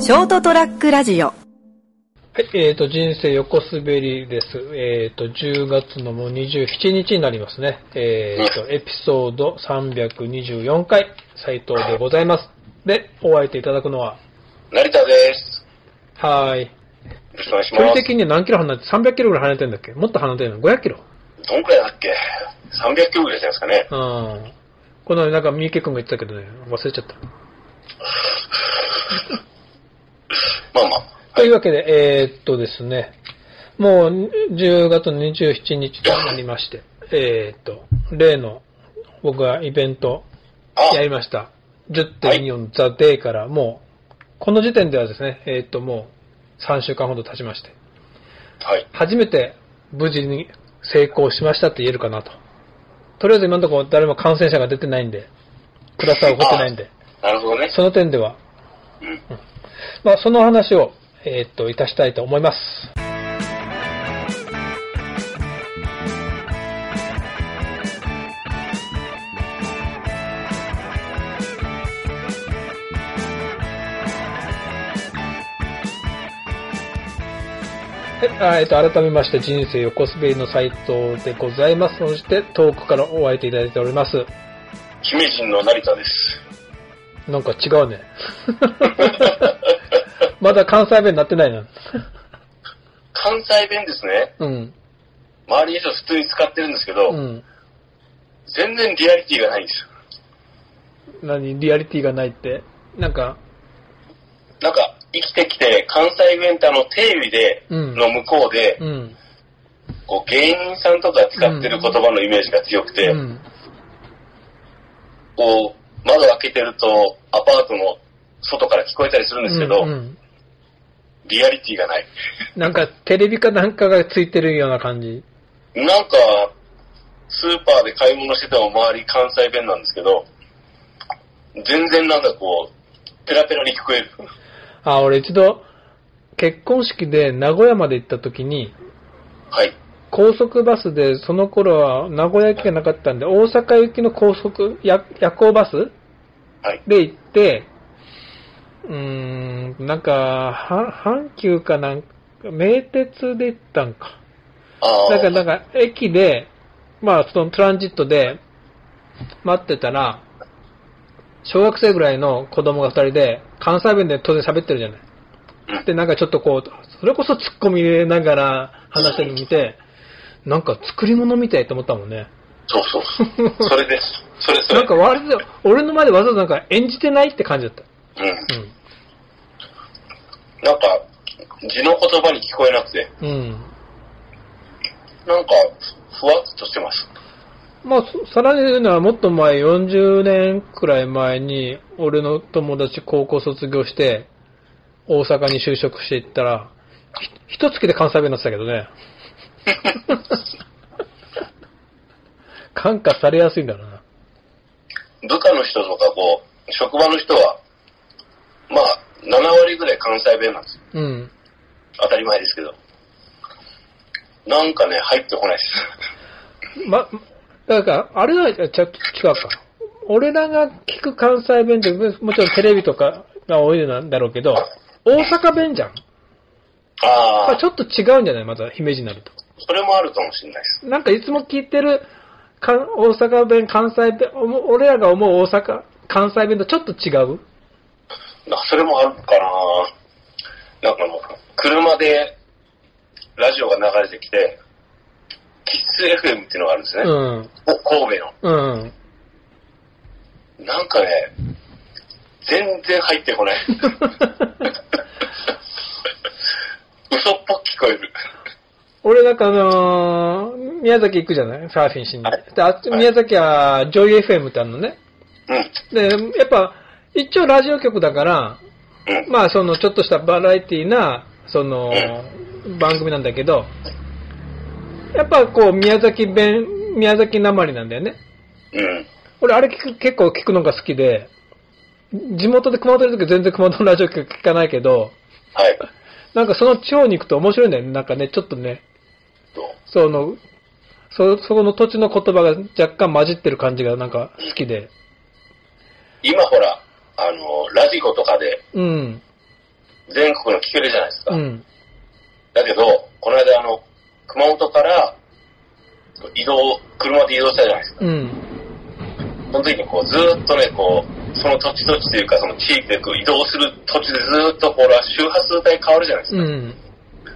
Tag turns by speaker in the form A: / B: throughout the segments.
A: ショートトラックラジオ
B: はい、えっ、と、人生横滑りです。えっ、と、10月のもう27日になりますね。えっ、と、エピソード324回、斉藤でございます。で、お相手いただくのは、
C: 成田です。
B: はーい。
C: よろしくお願いし
B: 距離
C: ま
B: 的には何キロ離れて、300キロぐらい離れてるんだっけもっと離れてるの ?500 キロ
C: す。どんくらいだっけ ?300 キロぐらいじゃないですかね。
B: うん。このなんか三池くんが言ってたけどね、忘れちゃった。
C: まあまあ。
B: というわけで、えーっとですね、もう10月の27日となりまして、えーっと、例の僕がイベント
C: あ、
B: やりました。10.24ザ・デイからもう、この時点ではですね、えーっともう3週間ほど経ちまして、
C: はい。
B: 初めて無事に成功しましたって言えるかなと。とりあえず今のところ誰も感染者が出てないんで、クラスター起こってないんで、
C: なるほどね。
B: その点では、
C: うん。
B: まあその話を、えーっと、いたしたいと思います。はいあーえっと、改めまして、人生横滑りの斉藤でございます。そして、遠くからお会いいただいております。
C: 姫人の成田です。
B: なんか違うね。 まだ関西弁になってないな。
C: 関西弁ですね。
B: うん。
C: 周りの人普通に使ってるんですけど、
B: うん。
C: 全然リアリティがないんですよ。
B: 何リアリティがないって。なんか、
C: なんか、生きてきて、関西弁ってあの、定義で、
B: うん
C: の向こうで
B: う、ん。
C: こう、芸人さんとか使ってる言葉のイメージが強くて、
B: うん。
C: こう、窓開けてると、アパートの外から聞こえたりするんですけど、
B: うんうん
C: リアリティがない。
B: なんか、テレビかなんかがついてるような感じ。
C: なんか、スーパーで買い物してても周り関西弁なんですけど、全然なんかこう、ペラペラに聞こえる。
B: あ、俺一度、結婚式で名古屋まで行った時に、
C: はい。
B: 高速バスで、その頃は名古屋行きがなかったんで、大阪行きの高速、夜夜行バス
C: はい。
B: で行って、うーん、なんか、は阪急かなんか、名鉄で行ったんか。
C: ああ。
B: だから、なんか、駅で、まあ、そのトランジットで待ってたら、小学生ぐらいの子供が二人で、関西弁で当然喋ってるじゃない。
C: うん
B: で、なんかちょっとこう、それこそ突っ込み入れながら話してるの見て、なんか作り物みたいと思ったもんね。
C: そうそうそう。それです。それそれ。
B: なんか割と、俺の前でわざわざなんか演じてないって感じだった。
C: うん。
B: うん。
C: なんか、字の言葉に聞こえなくて、
B: うん。
C: なんか、ふふわっとしてます。
B: まあ、そさらに言うのはもっと前、40年くらい前に、俺の友達高校卒業して、大阪に就職していったら、ひ一月で関西弁になってたけどね。感化されやすいんだろうな。
C: 部下の人とかこう、職場の人は、まあ、7割ぐらい関西弁なんですよ。
B: うん。
C: 当たり前ですけど。なんかね、入ってこないで す。
B: ま、だから、あれは、ちゃ、違うか。俺らが聞く関西弁って、もちろんテレビとかが多いなんだろうけど、大阪弁じゃん。
C: あ
B: ま
C: あ
B: あ、ち。ょっと違うんじゃないまた、姫路になると。
C: それもあるかもしれないです。
B: なんかいつも聞いてるか大阪弁、関西弁、おも俺らが思う大阪、関西弁とちょっと違う
C: なそれもあるかななんかもう、車でラジオが流れてきて、キッス FM っていうのがあるんですね。
B: うん。
C: お神戸の。
B: うん。
C: なんかね、全然入ってこない。 嘘っぽく聞こえる。
B: 俺なんかあのー宮崎行くじゃないサーフィンしに
C: はい。
B: で、あっち、
C: はい
B: 宮崎は、ジョイ FM ってあるのね。
C: うん。
B: で、やっぱ、一応ラジオ局だから、
C: うん。
B: まあ、その、ちょっとしたバラエティな、その、番組なんだけど、やっぱこう、宮崎弁、宮崎なまりなんだよね。
C: うん。
B: 俺、あれ聞く、結構聞くのが好きで、地元で熊本にいる時全然熊本のラジオ局聞かないけど、
C: はい。
B: なんかその地方に行くと面白いんだよね。なんかね、ちょっとね、
C: そう
B: その、そ、そこの土地の言葉が若干混じってる感じがなんか好きで。
C: 今ほら、あの、ラジコとかで、
B: うん。
C: 全国の聞けるじゃないですか。
B: うん。
C: だけど、この間あの、熊本から、移動、車で移動したじゃないですか。
B: うん。
C: その時にこう、ずーっとね、こう、その土地土地というか、その地域でこう移動する途中でずーっと、ほら、周波数帯変わるじゃないです
B: う
C: か。
B: ん。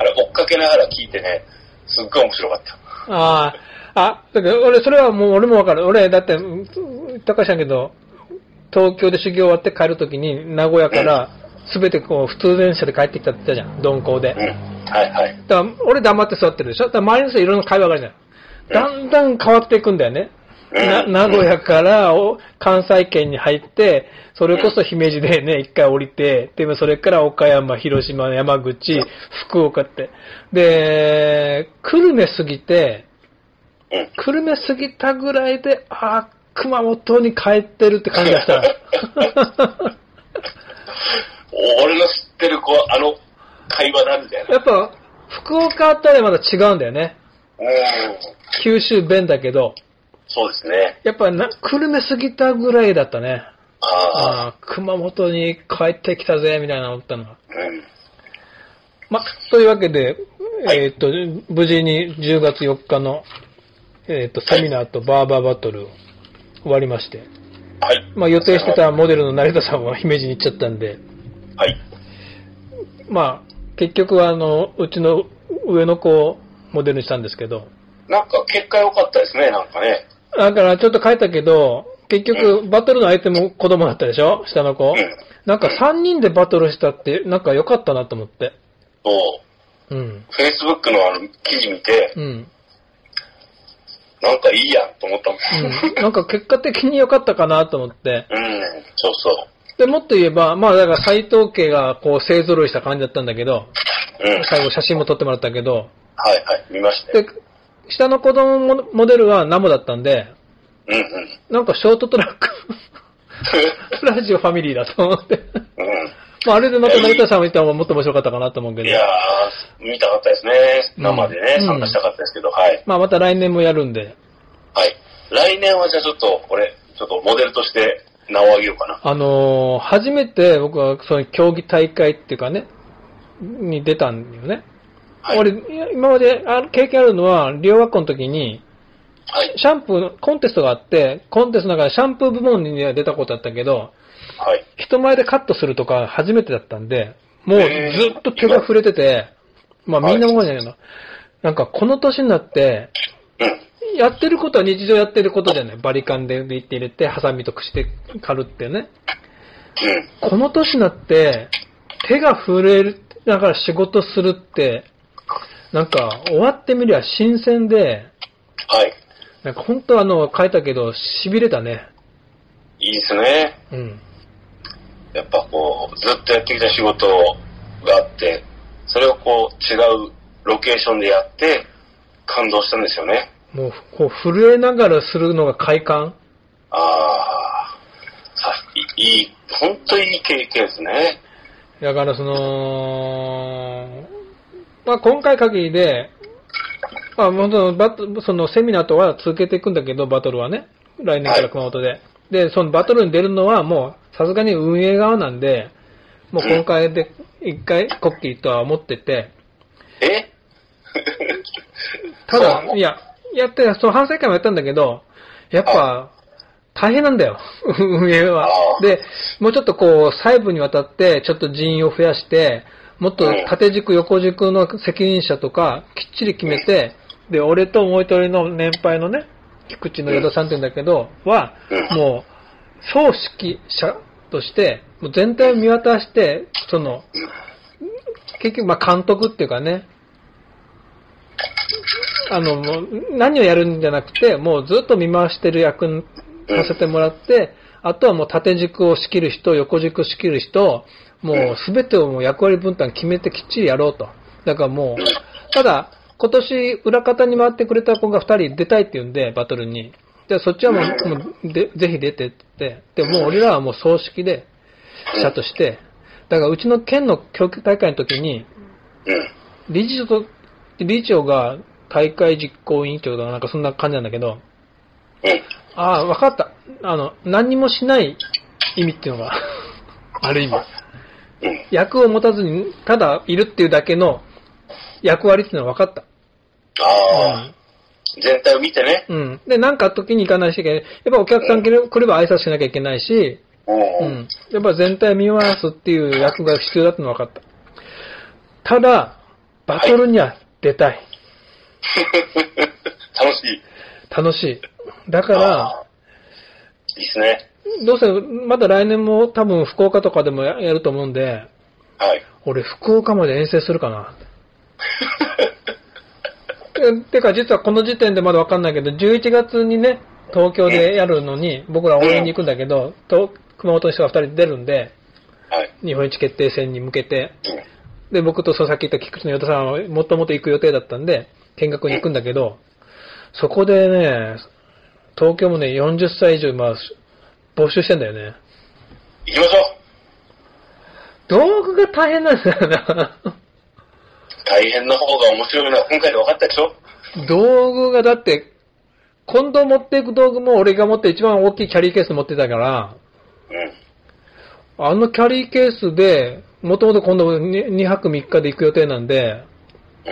C: あれ、追っかけながら聞いてね、すっごい面白かった。
B: ああ、あ、だから俺、それはもう俺もわかる。俺、だって、うん高橋さんけど、東京で修行終わって帰るときに、名古屋から、すべてこう、普通電車で帰ってきたって言ったじゃん、鈍行で
C: う。ん。はいはい。
B: だから、俺黙って座ってるでしょだから周りの人いろんな会話があるじゃん。だんだん変わっていくんだよね。な
C: うん
B: 名古屋からお関西圏に入って、それこそ姫路でね、一回降りて、でもそれから岡山、広島、山口、福岡って。で、久留米過ぎて、
C: うん。
B: 久留米過ぎたぐらいで、あー熊本に帰ってるって感じがした。
C: お俺の知ってる子、あの、会話だみたいな。
B: やっぱ、福岡あたりはまだ違うんだよね。
C: うん。
B: 九州弁だけど、
C: そうですね。
B: やっぱな、久留米過ぎたぐらいだったね。
C: ああ。
B: ああ、熊本に帰ってきたぜ、みたいな思ったのが。
C: うん。
B: ま、というわけで、
C: はい
B: えーっと、無事に10月4日の、えーっと、セミナーとバーバーバトル終わりまして、
C: はい。
B: まあ、予定してたモデルの成田さんは姫路に行っちゃったんで、
C: はい。
B: まあ、結局は、あの、うちの上の子をモデルにしたんですけど、
C: なんか、結果良かったですね、なんかね。
B: だからちょっと変えたけど、結局、バトルの相手も子供だったでしょ下の子
C: う。ん。
B: なんか3人でバトルしたって、なんか良かったなと思って。
C: そう。
B: うん。
C: Facebook のあの、記事見て
B: う、ん。
C: なんかいいやんと思ったもん。
B: うん、なんか結果的に良かったかなと思って。
C: うん。そうそう。
B: で、もっと言えば、まあだから斎藤家がこう勢揃いした感じだったんだけど、
C: うん。
B: 最後写真も撮ってもらったけど、
C: はいはい。見ましたよ。
B: で、下の子供もモデルはナモだったんで、
C: うんうん。
B: なんかショートトラック ラジオファミリーだと思って。
C: う
B: まああれでまた成田さんを見た方がもっと面白かったかなと思うけ
C: ん。
B: ど
C: い。やー、見たかったですね。生でね、
B: うん
C: 参加したかったですけど、はい。
B: まあまた来年もやるんで、
C: はい。来年はじゃあちょっと、俺、ちょっとモデルとして名を上げようかな。
B: あのー初めて僕はその競技大会っていうかね、に出たんだよね。
C: はい。
B: 俺、いや今まであ経験あるのは、両学校の時に、
C: はい。
B: シャンプーのコンテストがあって、コンテストの中でシャンプー部門には出たことあったけど、
C: はい。
B: 人前でカットするとか初めてだったんで、もうず
C: へー
B: っと手が触れてて、まあ
C: はい
B: みんな思うんだけど、なんかこの年になって、
C: うん。
B: やってることは日常やってることじゃない。バリカンでビッて入れて、ハサミとくしで刈るってね。
C: うん。
B: この年になって、手が震える、だから仕事するって、なんか、終わってみりゃ新鮮で、
C: はい。
B: なんか本当あの、書いたけど、痺れたね。
C: いいですね。
B: うん。
C: やっぱこう、ずっとやってきた仕事があって、それをこう、違うロケーションでやって、感動したんですよね。
B: もう、こう、震えながらするのが快感。
C: ああ、さいいい、本当いい経験ですね。
B: だからその、まあ今回限りで、まあ本当のバトそのセミナーとは続けていくんだけど、バトルはね。来年から熊本で。で、そのバトルに出るのはもう、さすがに運営側なんで、もう今回で一回コッキーとは思ってて、
C: え
B: た
C: そうな
B: だ、
C: の
B: いや、やって、その反省会もやったんだけど、やっぱ、大変なんだよ、 運営は
C: あ。ー
B: で、もうちょっとこう、細部にわたって、ちょっと人員を増やして、もっと
C: うん
B: 縦軸、横軸の責任者とか、きっちり決めて、で、俺ともう一人の年配のね、菊池の与田さんって言うんだけど、は、
C: うん
B: もう、総指揮者として、もう全体を見渡して、その、結局、まあ、監督っていうかね、あの、もう、何をやるんじゃなくて、もうずっと見回してる役にさせてもらって、あとはもう縦軸を仕切る人、横軸を仕切る人、もうすべてをもう役割分担決めてきっちりやろうと。だからも
C: うん
B: う、ただ、今年裏方に回ってくれた子が2人出たいって言うんで、バトルに。で、そっちはもう、もうでぜひ出てって。で、もう俺らはもう葬式で、者として。だからうちの県の教育大会の時に、
C: うん。
B: 理事長と、理事長が大会実行委員長とかなんかそんな感じなんだけど、
C: うん。
B: ああ、わかった。あの、何にもしない意味っていうのが、ある意味。
C: うん。
B: 役を持たずに、ただいるっていうだけの役割っていうのは分かった。
C: ああ、全体を見てね。
B: うん。で、なんか時に行かないし、やっぱお客さん来れ来れば挨拶しなきゃいけないし、
C: うん。
B: うん。やっぱ全体見回すっていう役が必要だってのは分かった。ただ、バトルには出たい。
C: 楽しい。
B: 楽しい。だから、
C: あー、いいっすね。
B: どうせ、まだ来年も多分福岡とかでもややると思うんで、
C: はい。
B: 俺福岡まで遠征するかな。ててか実はこの時点でまだわかんないけど、11月にね、東京でやるのに、僕ら応援に行くんだけど、と熊本の人が2人で出るんで、
C: はい。
B: 日本一決定戦に向けて、
C: うん
B: で、僕とそうさっき言った菊池の与田さんはもともと行く予定だったんで、見学に行くんだけど、そこでね、東京もね、40歳以上、まあ、募集してんだよね。
C: 行きましょう。
B: 道具が大変なんだよな。
C: 大変な方が面白いのは今回で分かったでしょ
B: 道具がだって、今度持っていく道具も俺が持って一番大きいキャリーケース持ってたから、
C: うん。
B: あのキャリーケースで、もともと今度2泊3日で行く予定なんで、
C: うん。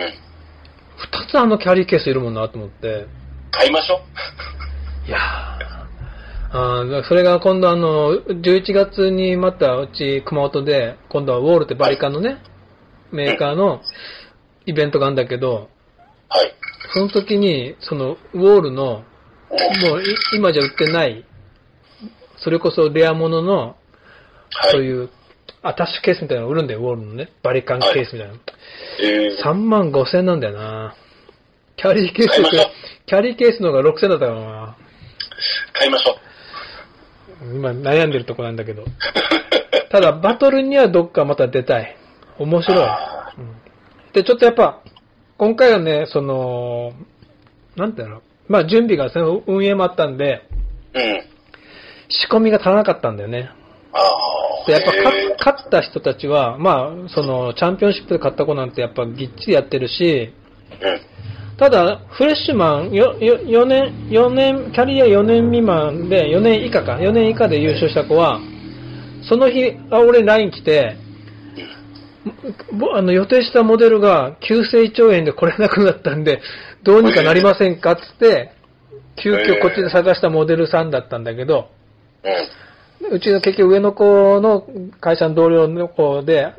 B: 2つあのキャリーケースいるもんなと思って。
C: 買いましょう。
B: いやーあーそれが今度あの、11月にまたうち熊本で、今度はウォールってバリカンのね、メーカーのイベントがあるんだけど、
C: はい。
B: その時に、そのウォールの
C: うん
B: もうい今じゃ売ってない、それこそレアものの、
C: はい。
B: そういうアタッシュケースみたいなの売るんだよ、ウォールのね。バリカンケースみたいなの。
C: えー
B: 3万5千なんだよなキャリーケースより、キャリーケースの方が6千だったからな
C: 買いましょう。
B: 今悩んでるとこなんだけど。ただ、バトルにはどっかまた出たい。面白い。
C: あ
B: うんで、ちょっとやっぱ、今回はね、その、なんていうのまあ、準備が、その運営もあったんで、
C: うん。
B: 仕込みが足らなかったんだよね。
C: ああ。
B: でやっぱ勝
C: えー
B: 勝った人たちは、まあ、その、チャンピオンシップで勝った子なんてやっぱぎっちりやってるし、
C: うん。
B: ただ、フレッシュマン、よ、よ、4年、4年、キャリア4年未満で、4年以下か、4年以下で優勝した子は、その日、あ俺 LINE 来て、ぼあの予定したモデルが急性胃腸炎で来れなくなったんで、どうにかなりませんかっつって、急
C: え
B: 遽
C: ー
B: こっちで探したモデルさんだったんだけど、
C: うん。
B: うちの結局上の子の会社の同僚の子で、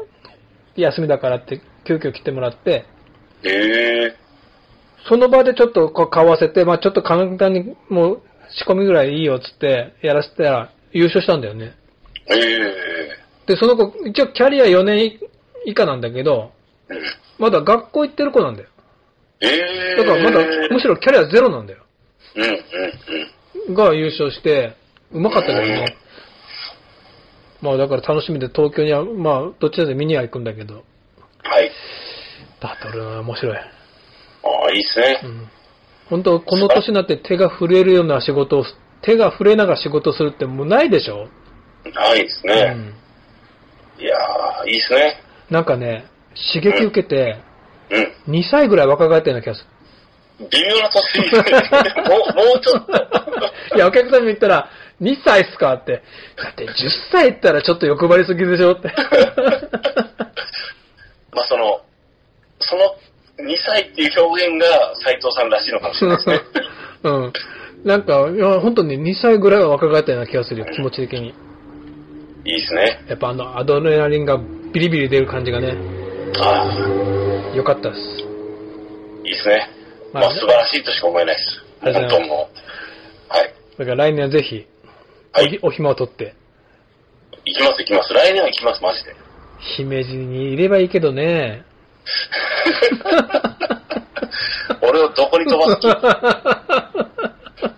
B: 休みだからって急遽来てもらって、
C: ええ
B: その場でちょっとこう顔合わせて、まあちょっと簡単にもう仕込みぐらいいいよっつってやらせたら優勝したんだよね。
C: ええ
B: で、その子、一応キャリア4年以下なんだけど、
C: うん。
B: まだ学校行ってる子なんだよ。
C: ええ
B: だからまだ、むしろキャリアゼロなんだよ。
C: うん、うん、うん。
B: が優勝して、うまかったですね。まあだから楽しみで東京には、まあどっちだって見には行くんだけど、
C: はい。
B: バトルは面白い。
C: ああ、いいっすね
B: う。ん本当、この年になって手が震えるような仕事をす、手が震えながら仕事をするってもうないでしょ、
C: ああ、いいっす
B: う
C: ね。
B: ん、
C: いやあ、いいっすね。
B: なんかね、刺激受けて、
C: うん。
B: 2歳ぐらい若返ったような気がす
C: 微妙な年ですね。 もう、もうちょっと。
B: る。いや、お客さんに言ったら、2歳っすかって。だって10歳いったらちょっと欲張りすぎでしょって。
C: まあ、その、その、2歳っていう表現が斎藤さんらしいのかもしれないですね。
B: うん。なんか、いや、本当に2歳ぐらいは若返ったような気がするよ、気持ち的に。
C: いいですね。
B: やっぱあの、アドレナリンがビリビリ出る感じがね、
C: ああ、
B: 良かったです。
C: いいですね。
B: ま
C: ま
B: あ
C: あ、素晴らしいとしか思えないです。
B: ありが
C: 本
B: とうご
C: 当
B: ざい
C: もう。はい。
B: だから来年はぜひ、
C: はい。
B: おお暇を取って、
C: 行きます、行きます。来年は行きます、マジで。
B: 姫路にいればいいけどね。
C: 俺をどこに飛ばす 気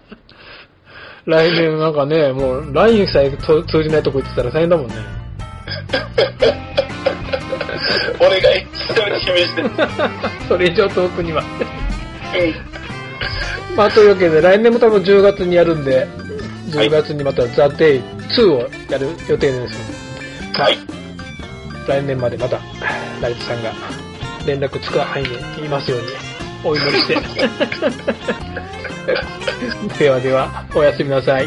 B: 来年なんかね、もう LINE さえと通じないとこ行ってたら大変だもんね。
C: 俺が一緒に示してる。
B: それ以上遠くには。
C: うん
B: まあ、というわけで来年も多分10月にやるんで、
C: はい
B: 10月にまた THEDAY2 をやる予定ですので、
C: はい。
B: 来年までまた、ライトさんが連絡つく範囲に言いますように、お祈り して。ではでは、おやすみなさい。